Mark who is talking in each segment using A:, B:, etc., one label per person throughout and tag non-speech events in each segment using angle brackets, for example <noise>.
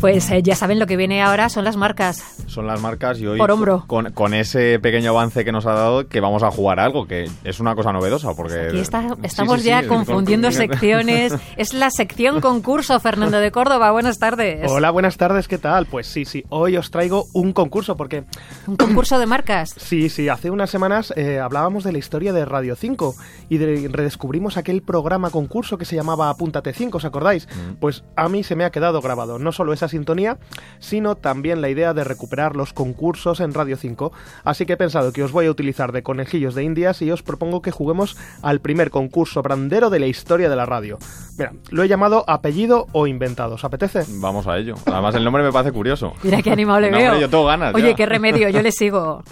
A: Pues eh, ya saben, lo que viene ahora son las marcas.
B: Son las marcas y hoy
A: Por hombro.
B: Con, con ese pequeño avance que nos ha dado que vamos a jugar a algo que es una cosa novedosa porque
A: Aquí está-
B: Eh, Sí,
A: estamos
B: sí, sí,
A: ya
B: es-
A: confundiendo
B: <laughs>
A: secciones. Es la sección concurso, Fernando de Córdoba. Buenas tardes.
C: Hola, buenas tardes, ¿qué tal? Pues sí, sí, hoy os traigo un concurso porque
A: Un concurso de marcas.
C: sí, sí, hace unas semanas eh, hablábamos de la historia de Radio 5 y de- redescubrimos aquel programa concurso que se llamaba Apúntate 5, ¿os acordáis? Pues a mí se me ha quedado grabado no solo esa sintonía, sino también la idea de recuperar los concursos en Radio 5. Así que he pensado que os voy a utilizar de conejillos de indias y os propongo que juguemos al primer concurso brandero de la historia de la radio. Mira, lo he llamado apellido o inventado, ¿os apetece?
B: Vamos a ello. Además el nombre me parece curioso.
A: Mira <laughs> qué animado le
B: No,
A: veo.
B: hombre, yo tengo ganas,
A: Oye,
B: ya.
A: qué remedio, yo le
B: <laughs>
A: sigo.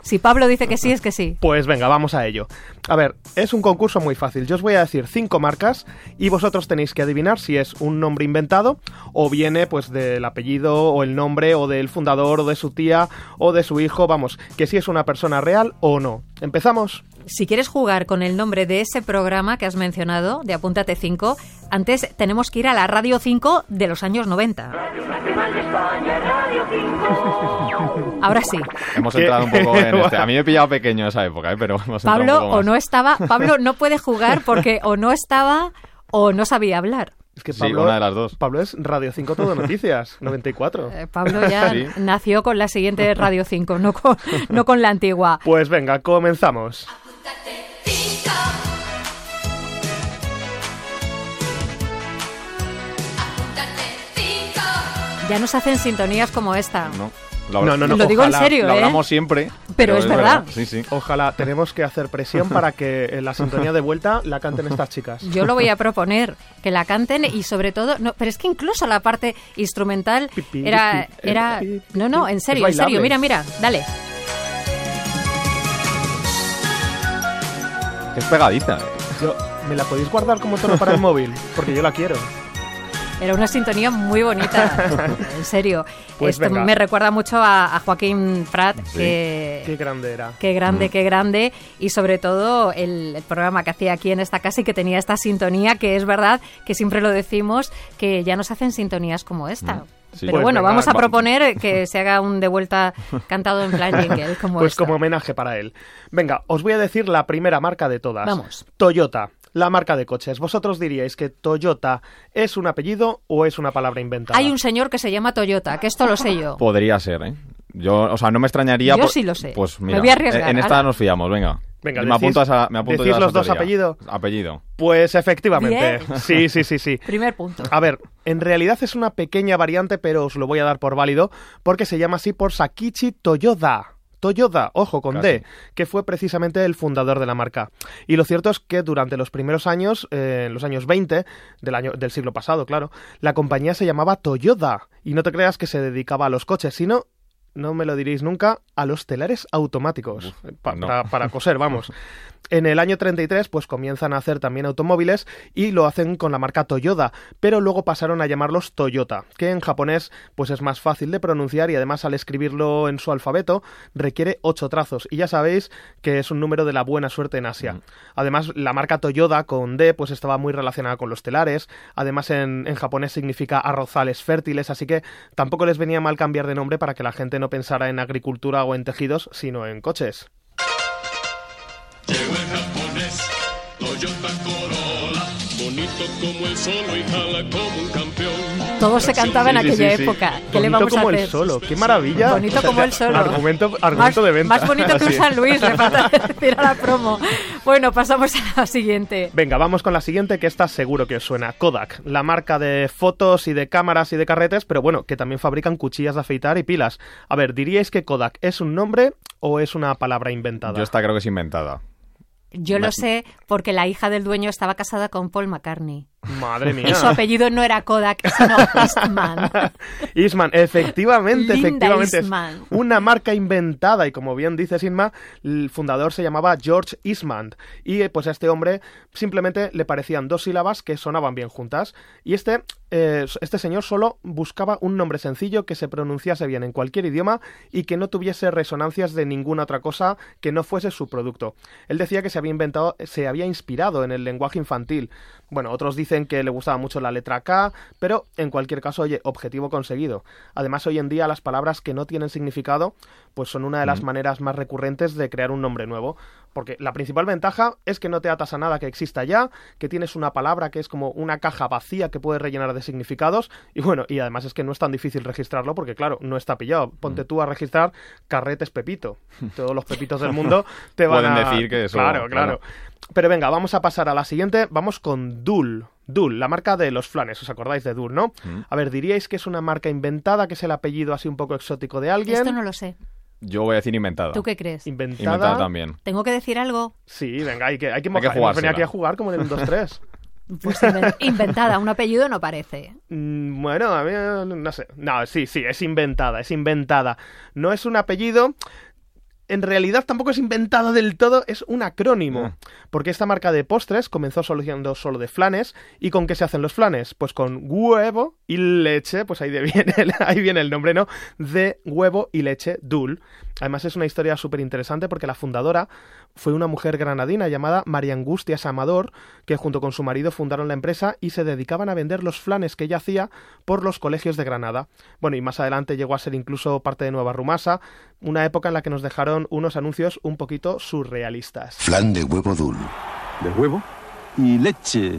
A: Si Pablo dice que sí, es que sí.
C: Pues venga, vamos a ello. A ver, es un concurso muy fácil. Yo os voy a decir cinco marcas y vosotros tenéis que adivinar si es un nombre inventado o viene pues del apellido o el nombre o del fundador o de su tía o de su hijo, vamos, que si es una persona real o no. ¿Empezamos?
A: Si quieres jugar con el nombre de ese programa que has mencionado, de Apúntate 5, antes tenemos que ir a la Radio 5 de los años 90. Ahora sí.
B: Hemos
C: ¿Qué?
B: entrado un poco en
C: <laughs>
B: este. A mí me he pillado pequeño esa época, ¿eh? pero hemos entrado un
A: Pablo
B: poco
A: o
B: más.
A: no estaba, Pablo no puede
B: <laughs>
A: jugar porque o no estaba o no sabía hablar.
C: Es que
B: Sí, una de las dos.
C: Pablo es Radio 5
B: <laughs>
C: Todo Noticias, 94.
A: Eh, Pablo
C: <laughs>
A: ya
B: Sí.
A: nació con la siguiente Radio 5, no con, no con la antigua.
C: Pues venga, comenzamos.
A: Ya nos hacen sintonías como esta.
B: No.
C: No, no, no,
A: Lo digo en
C: ojalá,
A: serio,
B: Lo
A: ¿eh?
B: hablamos siempre.
A: Pero es verdad.
B: Sí, sí.
C: Ojalá, tenemos que hacer presión para que en la sintonía de vuelta la canten estas
A: <laughs>
C: chicas.
A: Yo lo voy a proponer, que la canten y sobre todo, no, pero es que incluso la parte instrumental
C: Pi, pi,
A: era,
C: pi,
A: era,
C: pi, pi, pi.
A: no, no, en
C: Es
A: serio, en serio,
C: bailable.
A: mira, mira, dale.
B: Que es pegadiza. ¿eh?
C: Yo- ¿Me la podéis guardar como tono para el móvil? Porque yo la quiero.
A: Era una sintonía muy
C: <laughs>
A: bonita, en serio.
C: Pues
A: Esto
C: venga.
A: me recuerda mucho a, a Joaquín Prat,
B: Sí.
A: que...
C: Qué grande era.
A: Qué
C: Mm.
A: grande, qué grande. Y sobre todo el, el programa que hacía aquí en esta casa y que tenía esta sintonía, que es verdad que siempre lo decimos, que ya nos hacen sintonías como esta.
B: Sí.
A: Pero
C: Pues
A: bueno,
C: venga,
A: vamos a
B: va-
A: proponer que
C: <laughs>
A: se haga un de vuelta cantado en plan jingle, como
C: Pues
A: esta.
C: como homenaje para él. Venga, os voy a decir la primera marca de todas.
A: Vamos.
C: Toyota, la marca de coches. ¿Vosotros diríais que Toyota es un apellido o es una palabra inventada?
A: Hay un señor que se llama Toyota, que esto lo sé yo.
C: Pues-
B: Podría ser, ¿eh? Yo, o sea, no me extrañaría.
A: Yo
B: por-
A: sí lo sé.
B: Pues
A: Me
B: mira,
A: voy a arriesgar,
B: en esta
A: ala.
B: nos fiamos, venga.
C: Venga,
B: me
C: decís-
B: apunto a esa, me apunto yo
C: decís
B: a esa
C: los dos
B: tontería.
C: apellidos.
B: Apellido.
C: Pues efectivamente.
A: Bien.
C: Sí, sí, sí, sí.
A: Primer punto.
C: A ver, en realidad es una pequeña variante, pero os lo voy a dar por válido, porque se llama así por Sakichi Toyoda. Toyoda, ojo con
B: Casi.
C: D, que fue precisamente el fundador de la marca. Y lo cierto es que durante los primeros años, eh, en los años 20 del, año, del siglo pasado, claro, la compañía se llamaba Toyoda. Y no te creas que se dedicaba a los coches, sino, no me lo diréis nunca, a los telares automáticos. Pa-
B: no.
C: para- para coser, vamos. En el año 33, pues comienzan a hacer también automóviles y lo hacen con la marca Toyota, pero luego pasaron a llamarlos Toyota, que en japonés pues es más fácil de pronunciar y además al escribirlo en su alfabeto requiere ocho trazos y ya sabéis que es un número de la buena suerte en Asia. Además, la marca Toyota con D pues estaba muy relacionada con los telares, además en, en japonés significa arrozales fértiles, así que tampoco les venía mal cambiar de nombre para que la gente no pensara en agricultura o en tejidos, sino en coches.
D: Llegó el japonés, Toyota Corolla, bonito como el solo y jala como un campeón.
A: Todo se cantaba en
B: Sí, sí,
A: aquella
B: sí, sí.
A: época. ¿Qué le
C: Bonito
A: vamos
C: como
A: a hacer?
C: el solo, qué maravilla.
A: Bonito
C: <laughs>
A: como el solo.
C: Argumento,
A: Más,
C: argumento de venta.
A: más bonito que un
C: <laughs> Sí.
A: San Luis, le falta <laughs> decir a la promo. Bueno, pasamos a la siguiente.
C: Venga, vamos con la siguiente que esta seguro que os suena. Kodak, la marca de fotos y de cámaras y de carretes, pero bueno, que también fabrican cuchillas de afeitar y pilas. A ver, ¿diríais que Kodak es un nombre o es una palabra inventada?
B: Yo esta creo que es inventada.
A: Yo lo
B: Me-
A: sé porque la hija del dueño estaba casada con Paul McCartney.
C: Madre
B: Ah.
C: mía.
A: Y su apellido no era Kodak, sino
B: <laughs>
A: Eastman.
C: <laughs> Isman, efectivamente,
A: Linda
C: efectivamente. es
A: Eastman.
C: una marca inventada y como bien dices Isma, el fundador se llamaba George Eastman y eh, pues a este hombre simplemente le parecían dos sílabas que sonaban bien juntas y este, eh, este señor solo buscaba un nombre sencillo que se pronunciase bien en cualquier idioma y que no tuviese resonancias de ninguna otra cosa que no fuese su producto. Él decía que se había inventado, se había inspirado en el lenguaje infantil. Bueno, otros dicen dicen que le gustaba mucho la letra K, pero en cualquier caso, oye, objetivo conseguido. Además, hoy en día las palabras que no tienen significado, pues son una de las
B: Mm.
C: maneras más recurrentes de crear un nombre nuevo. Porque la principal ventaja es que no te atas a nada que exista ya, que tienes una palabra que es como una caja vacía que puedes rellenar de significados. Y bueno, y además es que no es tan difícil registrarlo porque, claro, no está pillado.
B: Mm.
C: Ponte tú a registrar
B: <laughs>
C: Carretes Pepito. Todos los Pepitos del mundo te van
B: Pueden
C: a-
B: decir que eso-
C: Claro, claro.
B: claro.
C: Pero venga, vamos a pasar a la siguiente. Vamos con Dul. Dul, la marca de los flanes. ¿Os acordáis de Dul, no?
B: Mm.
C: A ver, diríais que es una marca inventada, que es el apellido así un poco exótico de alguien.
A: Esto no lo sé.
B: Yo voy a decir inventada.
A: ¿Tú qué crees?
C: Inventada.
B: Inventada también.
A: ¿Tengo que decir algo?
C: Sí, venga, hay que, hay que mojar. Hemos venido
B: jugársela.
C: aquí a jugar como en el
B: <laughs>
C: 1-2-3.
A: Pues inven- inventada, un apellido no parece.
C: Mm, Bueno, a mí eh, no sé. No, sí, sí, es inventada, es inventada. No es un apellido. En realidad tampoco es inventada del todo, es un acrónimo.
B: Ah.
C: Porque esta marca de postres comenzó solucionando solo de flanes. ¿Y con qué se hacen los flanes? Pues con huevo y leche, pues ahí, <laughs> de viene, el, ahí viene el nombre, ¿no? De huevo y leche, Dul. Además es una historia súper interesante porque la fundadora fue una mujer granadina llamada María Angustias Amador, que junto con su marido fundaron la empresa y se dedicaban a vender los flanes que ella hacía por los colegios de Granada. Bueno, y más adelante llegó a ser incluso parte de Nueva Rumasa, una época en la que nos dejaron unos anuncios un poquito surrealistas.
E: Flan de huevo dul.
F: de huevo y leche.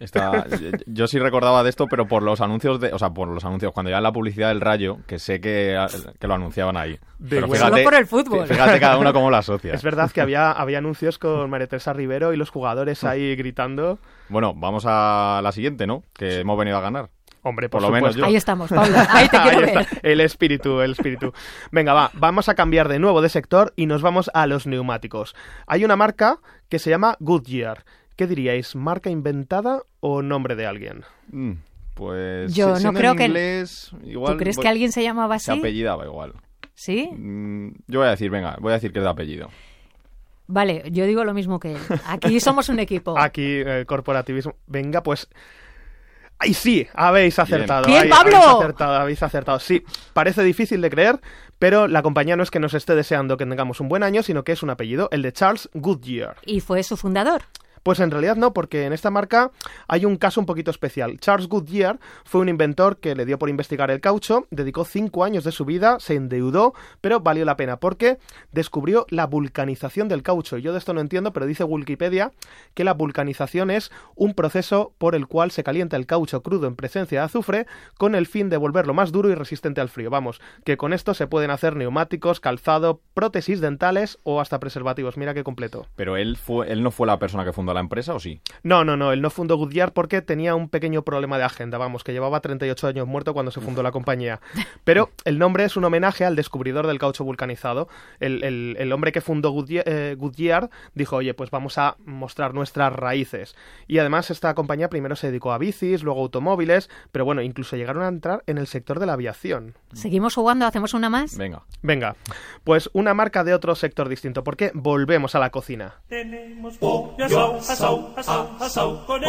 B: Esta- yo- <laughs> yo sí recordaba de esto, pero por los anuncios de, o sea, por los anuncios cuando ya la publicidad del Rayo, que sé que, que lo anunciaban ahí.
C: De
B: Pero
C: huevo.
A: Pues Solo por el fútbol.
B: Fíjate cada uno cómo lo asocia.
C: Es verdad que había, había anuncios con María Teresa Rivero y los jugadores ahí gritando.
B: Bueno, vamos a la siguiente, ¿no? Que hemos venido a ganar.
C: Hombre, por,
B: Por lo menos Yo-
C: supuesto.
A: Ahí estamos, Paula. Ahí
B: <laughs>
A: te quiero
C: Ahí
A: ver.
C: está, el espíritu, el espíritu. Venga, va, vamos a cambiar de nuevo de sector y nos vamos a los neumáticos. Hay una marca que se llama Goodyear. ¿Qué diríais? ¿Marca inventada o nombre de alguien?
B: Mm, Pues
A: Yo
B: si-
A: no
B: siendo
A: creo
B: en
A: que-
B: inglés, igual
A: ¿Tú crees
B: voy-
A: que alguien se llamaba
B: se
A: así?
B: apellidaba igual.
A: ¿Sí?
B: Mm, Yo voy a decir, venga, voy a decir que es de apellido.
A: Vale, yo digo lo mismo que él.
B: <laughs>
A: Aquí somos un equipo.
C: Aquí, el corporativismo. Venga, pues. ¡Ay, sí! Habéis acertado.
A: Bien.
C: ahí,
A: ¡Bien, Pablo!
C: Habéis acertado, habéis acertado. Sí, parece difícil de creer, pero la compañía no es que nos esté deseando que tengamos un buen año, sino que es un apellido, el de Charles Goodyear.
A: Y fue su fundador.
C: Pues en realidad no, porque en esta marca hay un caso un poquito especial. Charles Goodyear fue un inventor que le dio por investigar el caucho, dedicó cinco años de su vida, se endeudó, pero valió la pena porque descubrió la vulcanización del caucho. Yo de esto no entiendo, pero dice Wikipedia que la vulcanización es un proceso por el cual se calienta el caucho crudo en presencia de azufre con el fin de volverlo más duro y resistente al frío. Vamos, que con esto se pueden hacer neumáticos, calzado, prótesis dentales o hasta preservativos. Mira qué completo.
B: Pero él fue, él no fue la persona que fundó la empresa, ¿o sí?
C: No, no, no, él no fundó Goodyear porque tenía un pequeño problema de agenda, vamos, que llevaba 38 años muerto cuando se fundó la compañía. Pero el nombre es un homenaje al descubridor del caucho vulcanizado. El, el- el hombre que fundó Goodyear, eh, Goodyear dijo, oye, pues vamos a mostrar nuestras raíces. Y además esta compañía primero se dedicó a bicis, luego automóviles, pero bueno, incluso llegaron a entrar en el sector de la aviación.
A: ¿Seguimos jugando? ¿Hacemos una más?
B: Venga.
C: Venga, pues una marca de otro sector distinto, porque volvemos a la cocina.
G: Tenemos pollo asado, asado, asado, asado, con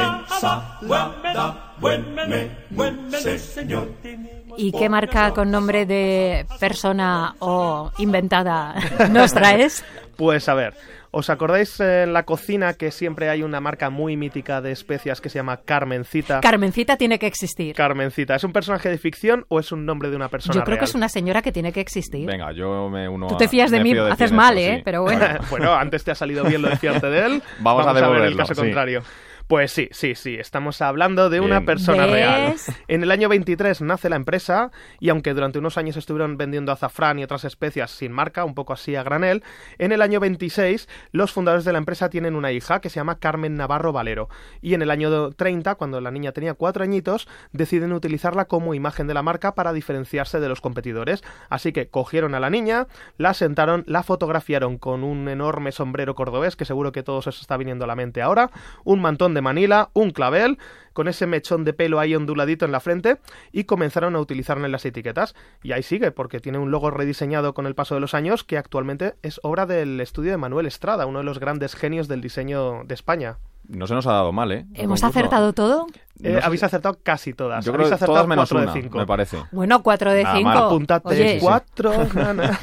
G: ensalada, buen menú, buen menú, buen menú, señor. Tenemos
A: ¿Y qué
G: pollo
A: marca
G: asado,
A: con nombre de persona o
B: <laughs>
A: inventada nos traes?
C: Pues a ver, ¿os acordáis eh, en la cocina que siempre hay una marca muy mítica de especias que se llama Carmencita?
A: Carmencita tiene que existir.
C: Carmencita, ¿es un personaje de ficción o es un nombre de una persona
A: Yo creo
C: real?
A: que es una señora que tiene que existir.
B: Venga, yo me uno
A: Tú te
B: a-
A: fías de
B: me
A: mí,
B: fío ti
A: haces
B: en
A: mal,
B: esto,
A: ¿eh?
B: sí.
A: Pero bueno.
C: <laughs> bueno, antes te ha salido bien lo de fiarte de él.
B: <laughs> Vamos a
C: ver el
B: devolverlo,
C: caso
B: sí.
C: contrario. Pues sí, sí, sí, estamos hablando de una
B: Bien.
C: persona
A: ¿Ves?
C: real. En el año 23 nace la empresa y aunque durante unos años estuvieron vendiendo azafrán y otras especias sin marca, un poco así a granel, en el año 26 los fundadores de la empresa tienen una hija que se llama Carmen Navarro Valero y en el año 30, cuando la niña tenía cuatro añitos, deciden utilizarla como imagen de la marca para diferenciarse de los competidores. Así que cogieron a la niña, la sentaron, la fotografiaron con un enorme sombrero cordobés que seguro que todos os está viniendo a la mente ahora, un mantón de Manila, un clavel, con ese mechón de pelo ahí onduladito en la frente y comenzaron a utilizarla en las etiquetas. Y ahí sigue, porque tiene un logo rediseñado con el paso de los años que actualmente es obra del estudio de Manuel Estrada, uno de los grandes genios del diseño de España.
B: No se nos ha dado mal, ¿eh? El
A: ¿Hemos
B: concurso.
A: acertado todo?
C: Eh,
B: No sé-
C: habéis acertado casi todas.
B: Yo creo
C: habéis
B: que
C: acertado
B: todas menos
C: cuatro
B: una,
C: de cinco.
B: me parece.
A: Bueno, cuatro de
B: Nada
A: cinco.
B: mal.
C: Apuntad
A: Oye, <laughs>
C: cuatro. <laughs> na, na.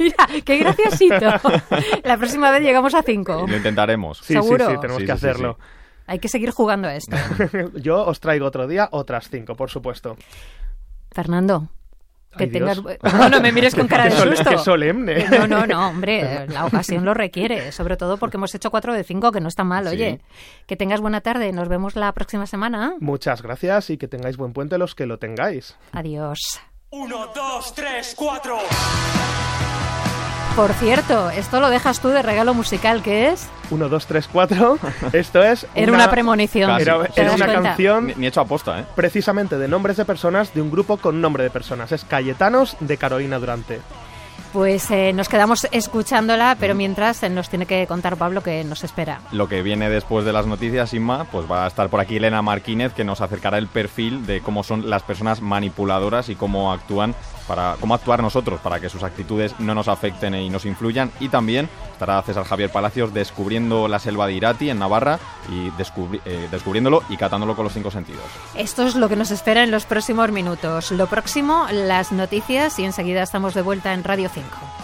A: mira, qué graciosito. La próxima vez llegamos a cinco.
B: Lo intentaremos.
C: Sí, sí,
A: Seguro.
C: sí, tenemos
B: Sí,
C: que
B: sí, sí,
C: hacerlo.
B: sí.
A: Hay que seguir jugando a esto.
C: <laughs> Yo os traigo otro día otras cinco, por supuesto.
A: Fernando, que
C: Ay,
A: tengas...
C: Dios.
A: No, no me mires con cara de
C: Qué sol-
A: susto.
C: qué solemne. <laughs>
A: No, no, no, hombre, la ocasión lo requiere, sobre todo porque hemos hecho cuatro de cinco, que no está mal,
B: Sí.
A: oye. Que tengas buena tarde, nos vemos la próxima semana.
C: Muchas gracias y que tengáis buen puente los que lo tengáis.
A: Adiós.
G: Uno, dos, tres, cuatro.
A: Por cierto, esto lo dejas tú de regalo musical, que es...
C: Uno, dos, tres,
A: <laughs>
C: cuatro. Esto es.
A: Era una, premonición.
B: Casi.
C: Era,
B: ¿Te
A: ¿Te
C: era
A: das
C: una
A: cuenta?
C: canción
B: Ni, ni hecho aposta, ¿eh?
C: precisamente de nombres de personas de un grupo con nombre de personas. Es Cayetanos de Carolina Durante.
A: Pues eh, nos quedamos escuchándola, pero mientras eh, nos tiene que contar Pablo que nos espera.
B: Lo que viene después de las noticias, Inma, pues va a estar por aquí Elena Marquínez, que nos acercará el perfil de cómo son las personas manipuladoras y cómo actúan para cómo actuar nosotros para que sus actitudes no nos afecten y nos influyan. Y también estará César Javier Palacios descubriendo la selva de Irati en Navarra y descubri- eh, descubriéndolo y catándolo con los cinco sentidos.
A: Esto es lo que nos espera en los próximos minutos. Lo próximo, las noticias y enseguida estamos de vuelta en Radio 5.